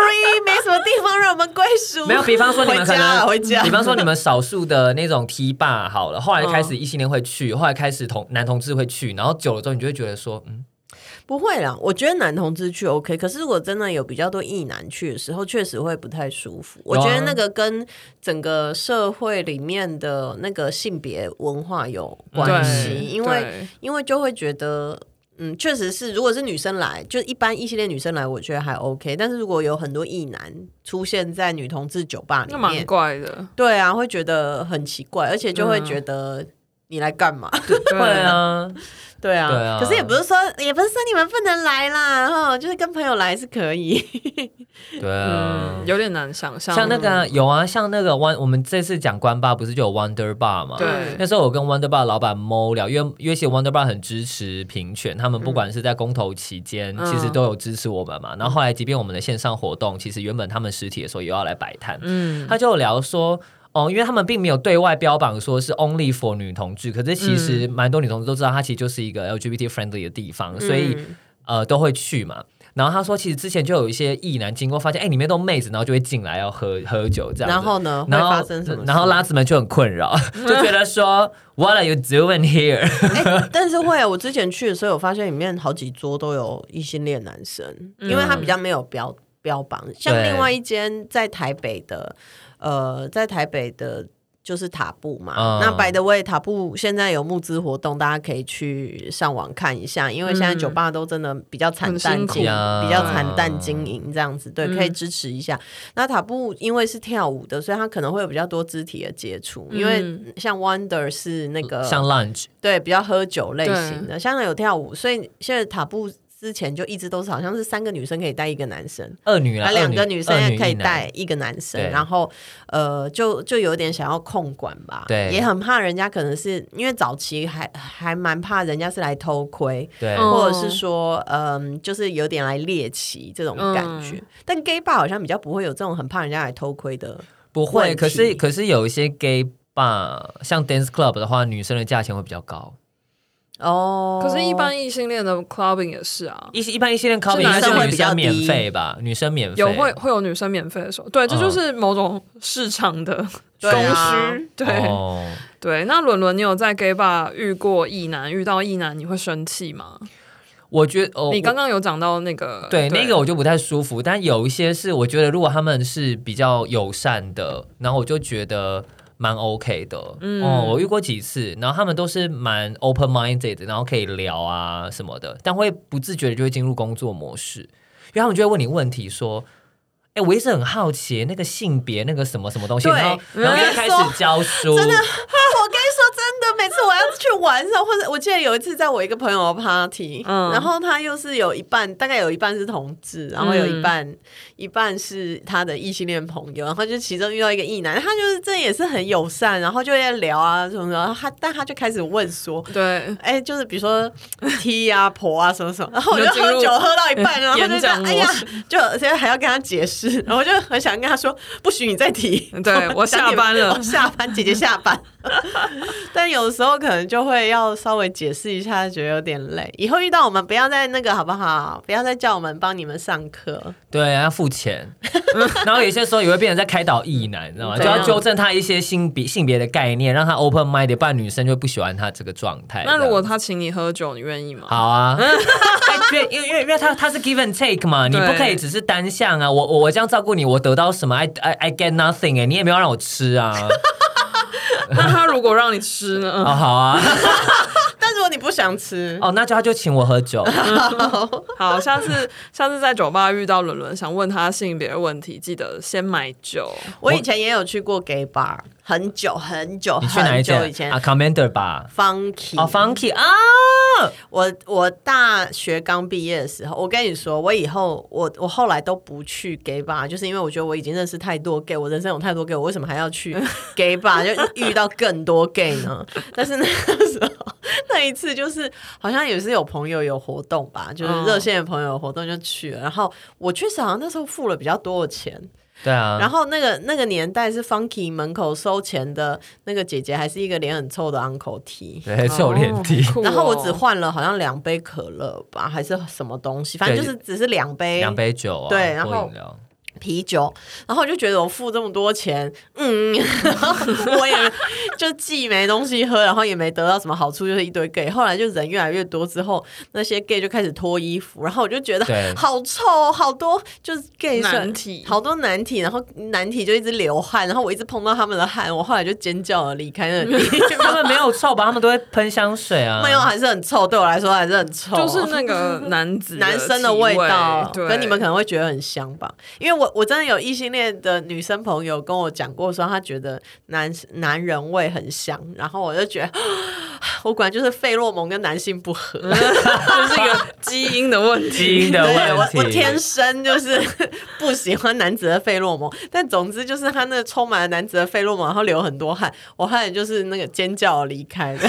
Speaker 2: 没什么地方让我们归属。
Speaker 1: 没有，比方说你们
Speaker 2: 回
Speaker 1: 可
Speaker 2: 家啊
Speaker 1: 能，
Speaker 2: 回家
Speaker 1: 比方说你们少数的那种 T 霸好了，后来开始异性恋会去，后来开始同男同志会去，然后久了之后，你就会觉得说，嗯，
Speaker 2: 不会啦，我觉得男同志去 OK，可是如果真的有比较多异男去的时候，确实会不太舒服。我
Speaker 1: 有啊
Speaker 2: 觉得那个跟整个社会里面的那个性别文化有关系，
Speaker 3: 嗯对
Speaker 2: 因为
Speaker 3: 对
Speaker 2: 因为就会觉得。嗯，确实是。如果是女生来，就一般异性恋女生来，我觉得还 OK。但是如果有很多异男出现在女同志酒吧里
Speaker 3: 那蛮
Speaker 2: 面，
Speaker 3: 怪的，
Speaker 2: 对啊，会觉得很奇怪，而且就会
Speaker 3: 嗯
Speaker 2: 觉得你来干嘛？
Speaker 3: 对
Speaker 1: 会，啊，
Speaker 2: 对啊，
Speaker 1: 对啊
Speaker 2: 可是也不是说，也不是说你们不能来啦，哈，就是跟朋友来是可以。
Speaker 1: 对啊。
Speaker 3: 嗯，有点难想象，
Speaker 1: 像那个啊有啊，像那个 One，我们这次讲关吧，不是就有 Wonder Bar 嘛？
Speaker 3: 对
Speaker 1: 那时候我跟 Wonder Bar 老板 Mo 聊，因为因为其实 Wonder Bar 很支持平权，他们
Speaker 2: 嗯
Speaker 1: 不管是在公投期间，
Speaker 3: 嗯
Speaker 1: 其实都有支持我们嘛。然后后来，即便我们的线上活动，其实原本他们实体的时候也要来摆摊，
Speaker 3: 嗯，
Speaker 1: 他就有聊说。哦，因为他们并没有对外标榜说是 only for 女同志，可是其实蛮多女同志都知道，它其实就是一个 LGBT friendly 的地方，所以、
Speaker 2: 嗯嗯
Speaker 1: 呃都会去嘛。然后他说，其实之前就有一些异男经过，发现哎里面都妹子，然后就会进来要喝喝酒这样子。
Speaker 2: 然后呢，会
Speaker 1: 然后
Speaker 2: 发生什么事？
Speaker 1: 然后拉子们就很困 扰，就觉得说 What are you doing here？
Speaker 2: 哎，但是会啊，我之前去的时候，我发现里面好几桌都有异性恋男生，
Speaker 3: 嗯
Speaker 2: 因为他比较没有标标榜。像
Speaker 1: 对
Speaker 2: 另外一间在台北的，
Speaker 3: 嗯
Speaker 2: 呃，在台北的。就是塔布嘛，
Speaker 1: 嗯
Speaker 2: 那 by the way，塔布现在有募资活动，大家可以去上网看一下，因为现在酒吧都真的比较惨淡
Speaker 3: 很辛
Speaker 2: 经，
Speaker 3: 苦嗯
Speaker 2: 比较惨淡经营这样子，对，可以支持一下。那塔布因为是跳舞的，所以他可能会有比较多肢体的接触，因
Speaker 3: 嗯
Speaker 2: 为像 Wonder 是那个
Speaker 1: 像 lunch，
Speaker 2: 对，比较喝酒类型的，香港有跳舞，所以现在塔布之前就一直都是好像是三个女生可以带一个男生，
Speaker 1: 二女啦，
Speaker 2: 那两个
Speaker 1: 啊二
Speaker 2: 女生
Speaker 1: 二
Speaker 2: 也可以
Speaker 1: 一男
Speaker 2: 带一个男生，
Speaker 1: 对
Speaker 2: 然后呃，就就有点想要控管吧，
Speaker 1: 对
Speaker 2: 也很怕人家可能是因为早期还还蛮怕人家是来偷窥。
Speaker 1: 对，
Speaker 3: 嗯
Speaker 2: 或者是说，嗯，就是有点来猎奇这种感觉，
Speaker 3: 嗯
Speaker 2: 但 gay bar 好像比较不会有这种很怕人家来偷窥的
Speaker 1: 不会。
Speaker 2: 问
Speaker 1: 可是
Speaker 2: 题
Speaker 1: 可是有一些 gay bar，像 dance club 的话，女生的价钱会比较高。
Speaker 2: 哦。
Speaker 3: 可是，一般异性恋的 clubbing 也是啊，
Speaker 2: 嗯
Speaker 1: 一一般一性恋 club
Speaker 3: 是
Speaker 1: 应该
Speaker 3: 男生
Speaker 1: 是
Speaker 2: 会
Speaker 1: 女
Speaker 2: 比较
Speaker 1: 生免
Speaker 2: 低
Speaker 1: 费吧？女生免费
Speaker 3: 有会会有女生免费的时候，对，这就是某种市场的
Speaker 2: 对嗯啊
Speaker 3: 供需， 对、
Speaker 1: 哦
Speaker 3: 对。那伦伦，你有在 gay bar 遇过异男？遇到异男你会生气吗？
Speaker 1: 我觉得哦，
Speaker 3: 你刚刚有讲到那个，
Speaker 1: 对那个我就不太舒服，但有一些是我觉得如果他们是比较友善的，然后我就觉得。蛮 OK 的，嗯、哦，我遇过几次，然后他们都是蛮 open minded，的然后可以聊啊什么的，但会不自觉的就会进入工作模式，因为他们就会问你问题，说，哎、我一直很好奇那个性别那个什么什么东西，
Speaker 2: 对
Speaker 1: 然后然后
Speaker 2: 我跟
Speaker 1: 就
Speaker 2: 你
Speaker 1: 开
Speaker 2: 说
Speaker 1: 始教书，
Speaker 2: 真的，我跟你说真的，每次我要去玩的时候，或者我记得有一次在我一个朋友的 party，、
Speaker 3: 嗯
Speaker 2: 然后他又是有一半，大概有一半是同志，然后有一半、一半是他的异性恋朋友，然后就其中遇到一个异男，他就是这也是很友善，然后就在聊啊什么什么，然后他但他就开始问说。
Speaker 3: 哦对，
Speaker 2: 哎、就是比如说 T 啊、婆啊什么什么，然后我就
Speaker 3: 你就进
Speaker 2: 喝
Speaker 3: 入
Speaker 2: 酒喝到一半，然后就
Speaker 3: 演
Speaker 2: 这样，
Speaker 3: 讲
Speaker 2: 哎呀
Speaker 3: 模式，
Speaker 2: 就现在还要跟他解释，然后我就很想跟 他说，不许你再提，哦
Speaker 3: 对我下班了
Speaker 2: 我下班，姐姐下班。但有的时候可能就会要稍微解释一下，觉得有点累。以后遇到我们，不要再那个好不好？不要再叫我们帮你们上课。
Speaker 1: 对，要付钱。 然后有些时候也会变成在开导异男，你知道吗？就
Speaker 2: 对啊
Speaker 1: 要纠正他一些性别性别的概念，让他 open mind，不然女生就不喜欢他这个状态。
Speaker 3: 那如果
Speaker 1: 这样
Speaker 3: 他请你喝酒，你愿意吗？
Speaker 1: 好 啊，对，因为因为因为他他是 give and take 嘛，你
Speaker 3: 对
Speaker 1: 不可以只是单向啊。我我我这样照顾你，我得到什么？I I I get nothing 哎、你也没有让我吃 啊。
Speaker 3: 那他如果让你吃 呢？
Speaker 1: 哦，好啊，
Speaker 2: 但如果你不想吃，
Speaker 1: 哦，那就他就请我喝 酒。
Speaker 3: 好，下次下次在酒吧遇到伦伦，想问他性别问题，记得先买酒。
Speaker 2: 我以前也有去过 gay bar，很久很久
Speaker 1: 你去哪一
Speaker 2: 很久
Speaker 1: 间
Speaker 2: 以前
Speaker 1: 啊？Commander 吧。
Speaker 2: ，Funky
Speaker 1: 哦，Funky 啊，
Speaker 2: 我我大学刚毕业的时候，我跟你说，我以后我我后来都不去 gay bar，就是因为我觉得我已经认识太多 gay，我人生有太多 gay，我为什么还要去 gay bar 就遇到更多 gay 呢？但是那个时候那一次就是好像也是有朋友有活动吧，就是热线的朋友有活动就去了，然后我确实好像那时候付了比较多的钱，
Speaker 1: 对啊，
Speaker 2: 然后那个那个年代是 Funky 门口收钱的那个姐姐，还是一个脸很臭的 Uncle T。
Speaker 1: 对， 是有脸体。
Speaker 3: 哦酷哦
Speaker 2: 然后我只换了好像两杯可乐吧，还是什么东西，反正就是只是两杯
Speaker 1: 两杯酒啊，
Speaker 2: 对然
Speaker 1: 或
Speaker 2: 后
Speaker 1: 饮料
Speaker 2: 啤酒，然后我就觉得我付这么多钱，嗯， 然后我也就既没东西喝，然后也没得到什么好处，就是一堆 gay。后来就人越来越多之后，那些 gay 就开始脱衣服，然后我就觉得
Speaker 1: 对
Speaker 2: 好臭哦，好多就是 gay 是
Speaker 3: 难题
Speaker 2: 好多难题，然后难题就一直流汗，然后我一直碰到他们的汗，我后来就尖叫了，离开那 里。
Speaker 1: 他们没有臭吧？他们都会喷香水啊。
Speaker 2: 没有，还是很臭，对我来说还是很臭，啊
Speaker 3: 就是那个男子
Speaker 2: 男生的
Speaker 3: 体
Speaker 2: 味道，
Speaker 3: 对，
Speaker 2: 跟你们可能会觉得很香吧。因为我我真的有异性恋的女生朋友跟我讲过，说她觉得男男人味很香，然后我就觉得， 我果然就是费洛蒙跟男性不合，
Speaker 3: 就是一个基因的问题。
Speaker 1: 基因的
Speaker 2: 对我
Speaker 1: 问题。
Speaker 2: 我天生就是 不喜欢男子的费洛蒙，但总之就是他那个充满了男子的费洛蒙，然后流很多汗，我差点就是那个尖叫离开的。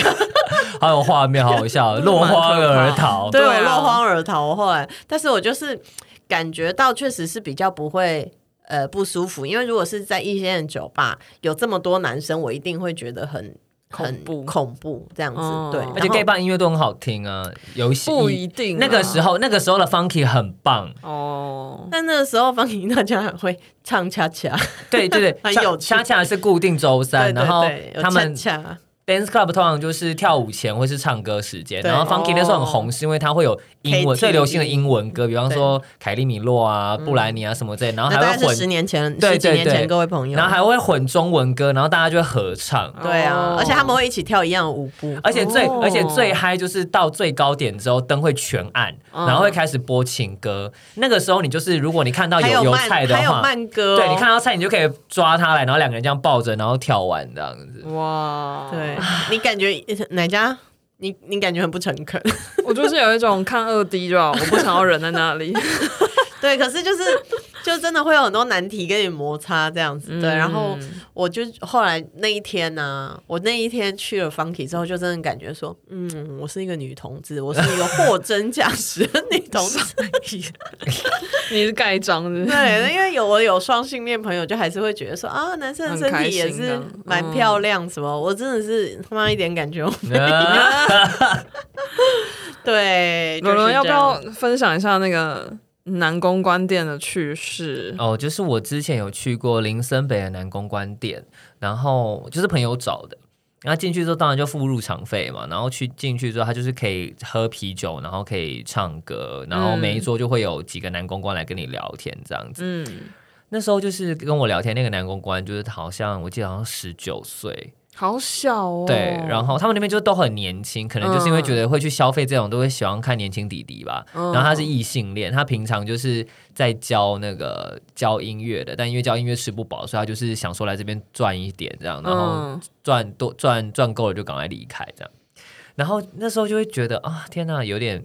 Speaker 1: 好有画面，好好笑，落荒而逃。
Speaker 2: 哦对啊
Speaker 3: 对
Speaker 2: 我
Speaker 3: 啊
Speaker 2: 落荒而逃。我后来，但是我就是感觉到确实是比较不会呃不舒服，因为如果是在一线酒吧有这么多男生，我一定会觉得很很
Speaker 3: 恐怖
Speaker 2: 恐怖这样子。
Speaker 3: 哦
Speaker 2: 对，
Speaker 1: 而且
Speaker 2: 然后
Speaker 1: gay 棒音乐都很好听啊，有些
Speaker 3: 不一定啊
Speaker 1: 那个时候，那个时候的 funky 很 棒，
Speaker 3: 哦，
Speaker 2: 但那个时候，方婷大家很会唱恰 恰，
Speaker 1: 对对对，
Speaker 2: 很有趣
Speaker 1: 恰恰恰是固定周
Speaker 2: 对
Speaker 1: 三，
Speaker 2: 对
Speaker 1: 然后
Speaker 2: 对，有
Speaker 1: 他们
Speaker 2: 恰恰
Speaker 1: dance club 通常就是跳舞前或是唱歌时间，
Speaker 2: 对
Speaker 1: 然后 funky 那时候很红，是因为它会有英文
Speaker 2: KTV
Speaker 1: 最流行的英文歌，比方说凯莉米洛啊、布兰妮啊什么之类，然后
Speaker 2: 嗯那大
Speaker 1: 还
Speaker 2: 概
Speaker 1: 会
Speaker 2: 是十
Speaker 1: 混，
Speaker 2: 年前、
Speaker 1: 对
Speaker 2: 十几
Speaker 1: 对
Speaker 2: 年前
Speaker 1: 对
Speaker 2: 各位朋友
Speaker 1: 然，后还会混中文歌，然后大家就会合唱。
Speaker 2: 对啊
Speaker 3: 哦，
Speaker 2: 而且他们会一起跳一样的舞步，
Speaker 1: 而且最、
Speaker 3: 哦
Speaker 1: 而且最嗨就是到最高点之后灯会全暗，
Speaker 3: 嗯
Speaker 1: 然后会开始播情歌。那个时候你就是如果你看到
Speaker 2: 还
Speaker 1: 有
Speaker 2: 有
Speaker 1: 有
Speaker 2: 慢
Speaker 1: 菜的
Speaker 2: 还有
Speaker 1: 话，
Speaker 2: 慢歌哦，
Speaker 1: 对你看到菜你就可以抓他来，然后两个人这样抱着，然后跳完这样子。
Speaker 3: 哇，
Speaker 2: 对，你感觉哪家？你你感觉很不诚恳，
Speaker 3: 我就是有一种看二 D 就好，我不想要人在那里。
Speaker 2: 对，可是就是就真的会有很多难题跟你摩擦这样子，对。然后
Speaker 3: 嗯
Speaker 2: 我就后来那一天呢、我那一天去了 Funky 之后，就真的感觉说，嗯，我是一个女同志，我是一个货真价实的女同志。
Speaker 3: 你是盖章是不是？
Speaker 2: 对，因为有我有双性恋朋友，就还是会觉得说啊，男生的身体也是
Speaker 3: 很开心的嗯
Speaker 2: 蛮漂亮什么。我真的是他妈一点感觉都没有，对，
Speaker 3: 伦
Speaker 2: 就是
Speaker 3: 伦要
Speaker 2: 这
Speaker 3: 不
Speaker 2: 样
Speaker 3: 要分享一下那个南公关店的趣事？
Speaker 1: 哦，就是我之前有去过林森北的南公关店，然后就是朋友找的。然后进去之后，当然就付入场费嘛。然后去进去之后，他就是可以喝啤酒，然后可以唱歌，然
Speaker 2: 嗯
Speaker 1: 后每一桌就会有几个男公关来跟你聊天这样子。
Speaker 3: 嗯，
Speaker 1: 那时候就是跟我聊天那个男公关，就是好像我记得好像十九岁，
Speaker 3: 好小哦。
Speaker 1: 对，然后他们那边就都很年轻，可能就是因为
Speaker 3: 嗯
Speaker 1: 觉得会去消费这种，都会喜欢看年轻弟弟吧。
Speaker 3: 嗯
Speaker 1: 然后他是异性恋，他平常就是在教那个教音乐的，但因为教音乐吃不饱，所以他就是想说来这边赚一点这样，然后
Speaker 3: 嗯
Speaker 1: 赚多赚赚够了就赶快离开这样。然后那时候就会觉得啊，天呐，有点。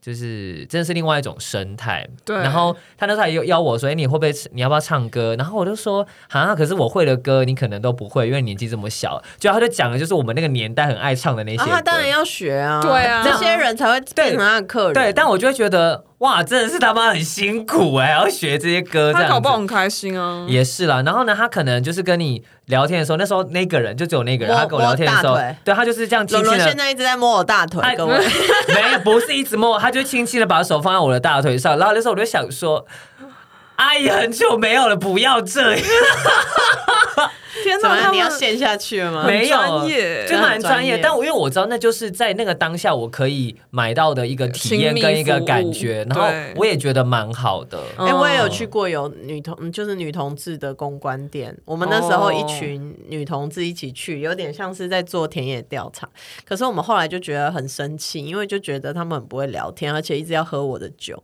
Speaker 1: 就是真的是另外一种生态，
Speaker 3: 对
Speaker 1: 然后他那时候还邀我说：“哎、你会不会你要不要唱歌？”然后我就说：“啊，可是我会的歌你可能都不会，因为年纪这么小。”就他就讲的就是我们那个年代很爱唱的那些
Speaker 2: 啊，
Speaker 1: 歌。
Speaker 2: 他当然要学啊，
Speaker 3: 对啊
Speaker 2: 这些人才会变成他的客人。
Speaker 1: 对，但我就会觉得哇，真的是他妈很辛苦哎、还要学这些歌，这
Speaker 3: 他
Speaker 1: 样
Speaker 3: 搞不好
Speaker 1: 子
Speaker 3: 很开心啊。
Speaker 1: 也是啦。然后呢，他可能就是跟你聊天的时候，那时候那个人就只有那个人，
Speaker 2: 摸
Speaker 1: 他跟我聊天的时候
Speaker 2: 摸大腿，
Speaker 1: 对他就是这样轻
Speaker 2: 伦
Speaker 1: 轻
Speaker 2: 伦现
Speaker 1: 的。
Speaker 2: 在一直在摸我大腿
Speaker 1: 哎，
Speaker 2: 各位，
Speaker 1: 没有，不是一直摸，他就轻轻的把手放在我的大腿上，然后那时候我就想说，阿姨很久没有了，不要这样，
Speaker 3: 天
Speaker 2: 怎么
Speaker 3: 哪，
Speaker 2: 样
Speaker 3: 他
Speaker 2: 你要
Speaker 3: 们
Speaker 2: 陷下去了吗？
Speaker 1: 没有
Speaker 3: 专业
Speaker 1: 就蛮专
Speaker 2: 真的很专
Speaker 1: 业
Speaker 2: 业。
Speaker 1: 但我因为我知道那就是在那个当下我可以买到的一个体验跟一个感觉，
Speaker 3: 亲
Speaker 1: 然
Speaker 3: 密服务
Speaker 1: 后我也觉得蛮好的。
Speaker 2: 哎、
Speaker 3: 嗯
Speaker 2: 我也有去过有女同，嗯就是女同志的公关店。我们那时候一群女同志一起去，有点像是在做田野调查。可是我们后来就觉得很生气，因为就觉得他们很不会聊天，而且一直要喝我的酒。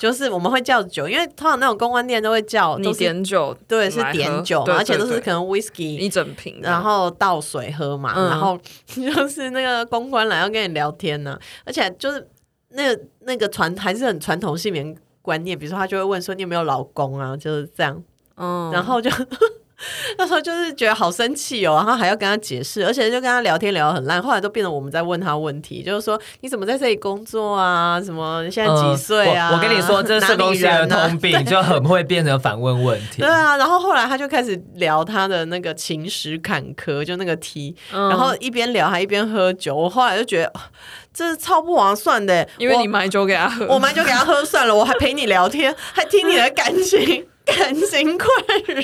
Speaker 2: 就是我们会叫酒，因为通常那种公关店都会叫，
Speaker 3: 你
Speaker 2: 都是
Speaker 3: 点酒
Speaker 2: 对是
Speaker 3: 来喝
Speaker 2: 点酒嘛，
Speaker 3: 对
Speaker 2: 而且
Speaker 3: 对
Speaker 2: 都是
Speaker 3: 对
Speaker 2: 可能 whisky
Speaker 3: 一整瓶的，
Speaker 1: 嗯
Speaker 2: 然后倒水喝嘛，
Speaker 3: 嗯
Speaker 2: 然后 就是那个公关来要跟你聊天呢、而且就是那个那个传还是很传统性别观念，比如说他就会问说你有没有老公啊，就是这样，
Speaker 3: 嗯
Speaker 2: 然后就。 那时候就是觉得好生气哦，然后还要跟他解释，而且就跟他聊天聊得很烂，后来都变成我们在问他问题，就是说你怎么在这里工作啊？什么你现在
Speaker 1: 嗯
Speaker 2: 几岁啊、
Speaker 1: 我我跟你说， 这是社
Speaker 2: 哪
Speaker 1: 工
Speaker 2: 里
Speaker 1: 系的
Speaker 2: 人啊
Speaker 1: 通病，就很会变成反问问题
Speaker 2: 对。啊，然后后来他就开始聊他的那个情史坎坷，就那个 T，、
Speaker 3: 嗯
Speaker 2: 然后一边聊还一边喝酒。我后来就觉得 哦这是超不划算的，
Speaker 3: 因为
Speaker 2: 我
Speaker 3: 你买酒给他喝，
Speaker 2: 我们就给他喝算了，我还陪你聊天，还听你的感情 感情困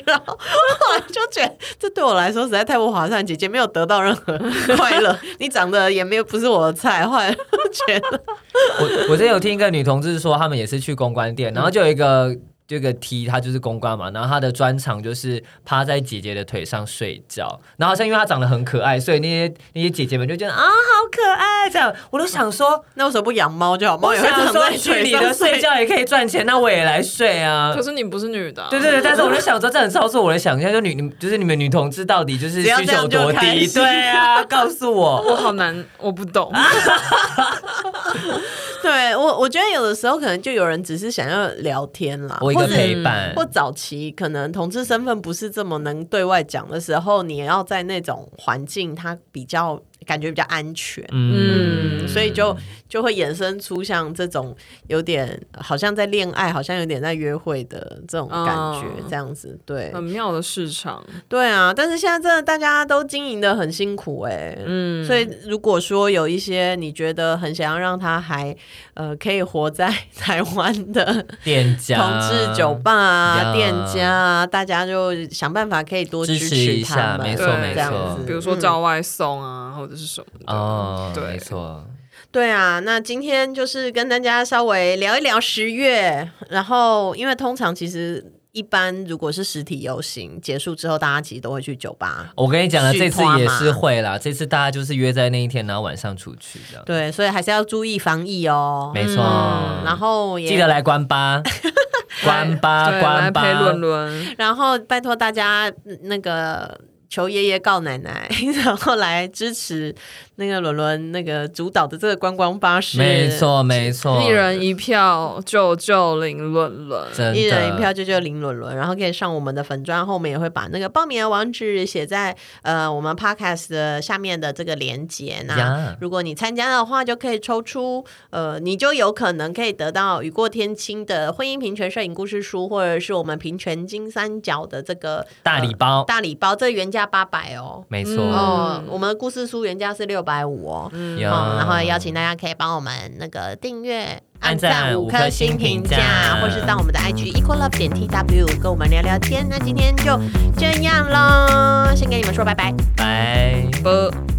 Speaker 2: 扰，我后来就觉得这对我来说实在太不划算。姐姐没有得到任何 快乐，你长得也没有不是我的菜，后来就觉得
Speaker 1: 我我之前有听一个女同志说，她们也是去公关
Speaker 2: 嗯
Speaker 1: 店，然后就有一个这个 T，她就是公关嘛，然后她的专长就是趴在姐姐的腿上睡觉，然后好像因为她长得很可爱，所以那些那些姐姐们就觉得啊好可爱这样，我都想说，
Speaker 2: 那为什么不养猫就好？猫
Speaker 1: 我
Speaker 2: 也会
Speaker 1: 想
Speaker 2: 长
Speaker 1: 说
Speaker 2: 在
Speaker 1: 去
Speaker 2: 腿
Speaker 1: 你
Speaker 2: 上
Speaker 1: 的睡觉也可以赚钱，那我也来睡 啊
Speaker 3: 可。是你不是女的啊，
Speaker 1: 对对对，
Speaker 2: 哦
Speaker 1: 但是我就想说，这很超出我的想象，就女你就是你们女同志到底就是
Speaker 2: 只要
Speaker 1: 需
Speaker 2: 这样
Speaker 1: 求
Speaker 2: 就
Speaker 1: 多
Speaker 2: 开
Speaker 1: 低？
Speaker 2: 心
Speaker 1: 对 啊，告诉我。
Speaker 3: 我好难，我不懂，
Speaker 2: 对我，我觉得有的时候可能就有人只是想要聊天啦，
Speaker 1: 我一
Speaker 2: 或
Speaker 1: 个
Speaker 2: 者
Speaker 1: 陪伴，
Speaker 2: 或早期可能同志身份不是这么能对外讲的时候，你也要在那种环境，它比较感觉比较安全。嗯，所以就就会衍生出像这种有点好像在恋爱，好像有点在约会的这种感觉
Speaker 3: 哦，
Speaker 2: 这样子。对，
Speaker 3: 很妙的市场，
Speaker 2: 对啊。但是现在真的大家都经营的很辛苦哎、
Speaker 3: 嗯，
Speaker 2: 所以，如果说有一些你觉得很想要让他还呃可以活在 台湾的
Speaker 1: 店家
Speaker 2: 同志酒吧啊、
Speaker 1: 呀
Speaker 2: 店家啊，大家就想办法可以多
Speaker 1: 支
Speaker 2: 持
Speaker 1: 持一
Speaker 2: 他
Speaker 1: 下
Speaker 2: 们
Speaker 1: 没
Speaker 3: 错
Speaker 2: 对
Speaker 3: 没
Speaker 2: 这样
Speaker 1: 错
Speaker 2: 子
Speaker 3: 比如说
Speaker 2: 嗯
Speaker 3: 叫外送啊，或者是什么的，
Speaker 1: 哦，
Speaker 3: 对
Speaker 1: 没错，
Speaker 2: 对啊，那今天就是跟大家稍微聊一聊十月，然后因为通常其实一般如果是实体游行结束之后，大家其实都会去酒吧。
Speaker 1: 我跟你讲了，啊
Speaker 2: 续
Speaker 1: 这次
Speaker 2: 花
Speaker 1: 也
Speaker 2: 嘛
Speaker 1: 是会啦，这次大家就是约在那一天，然后晚上出去这样，
Speaker 2: 对，所以还是要注意防疫哦。
Speaker 1: 没错。
Speaker 3: 嗯
Speaker 2: 然后也
Speaker 1: 记得来关 吧，关吧，
Speaker 3: 对，来
Speaker 1: 啊关
Speaker 3: 陪
Speaker 1: 吧。
Speaker 3: 伦伦，
Speaker 2: 然后拜托大家嗯那个求爷爷告奶奶， 然后来支持那个伦伦那个主导的这个观光巴士，
Speaker 1: 没，错，没错，
Speaker 3: 一人一票救救林伦伦，
Speaker 1: 真的
Speaker 2: 一人一票，就就林伦伦，然后可以上我们的粉砖，后面也会把那个报名的网址写在呃我们 podcast 的下面的这个链接那
Speaker 1: 呀
Speaker 2: 如果你参加的话，就可以抽出，呃，你就有可能可以得到雨过天青的婚姻平权摄影故事书，或者是我们平权金三角的这个呃
Speaker 1: 大礼包，
Speaker 2: 大礼包，这原价八百哦。
Speaker 1: 没错。
Speaker 3: 嗯
Speaker 2: 哦，我们的故事书原价是六百五哦。
Speaker 1: 呀
Speaker 2: 哦，然后也邀请大家可以帮我们那个订阅、
Speaker 1: 按赞五
Speaker 2: 五颗
Speaker 1: 颗
Speaker 2: 星
Speaker 1: 星
Speaker 2: 评
Speaker 1: 评价
Speaker 2: 或是到我们的 IG equal love 点 tw 跟我们聊聊天。那今天就这样喽，先跟你们说拜拜。
Speaker 1: 拜。
Speaker 3: 不。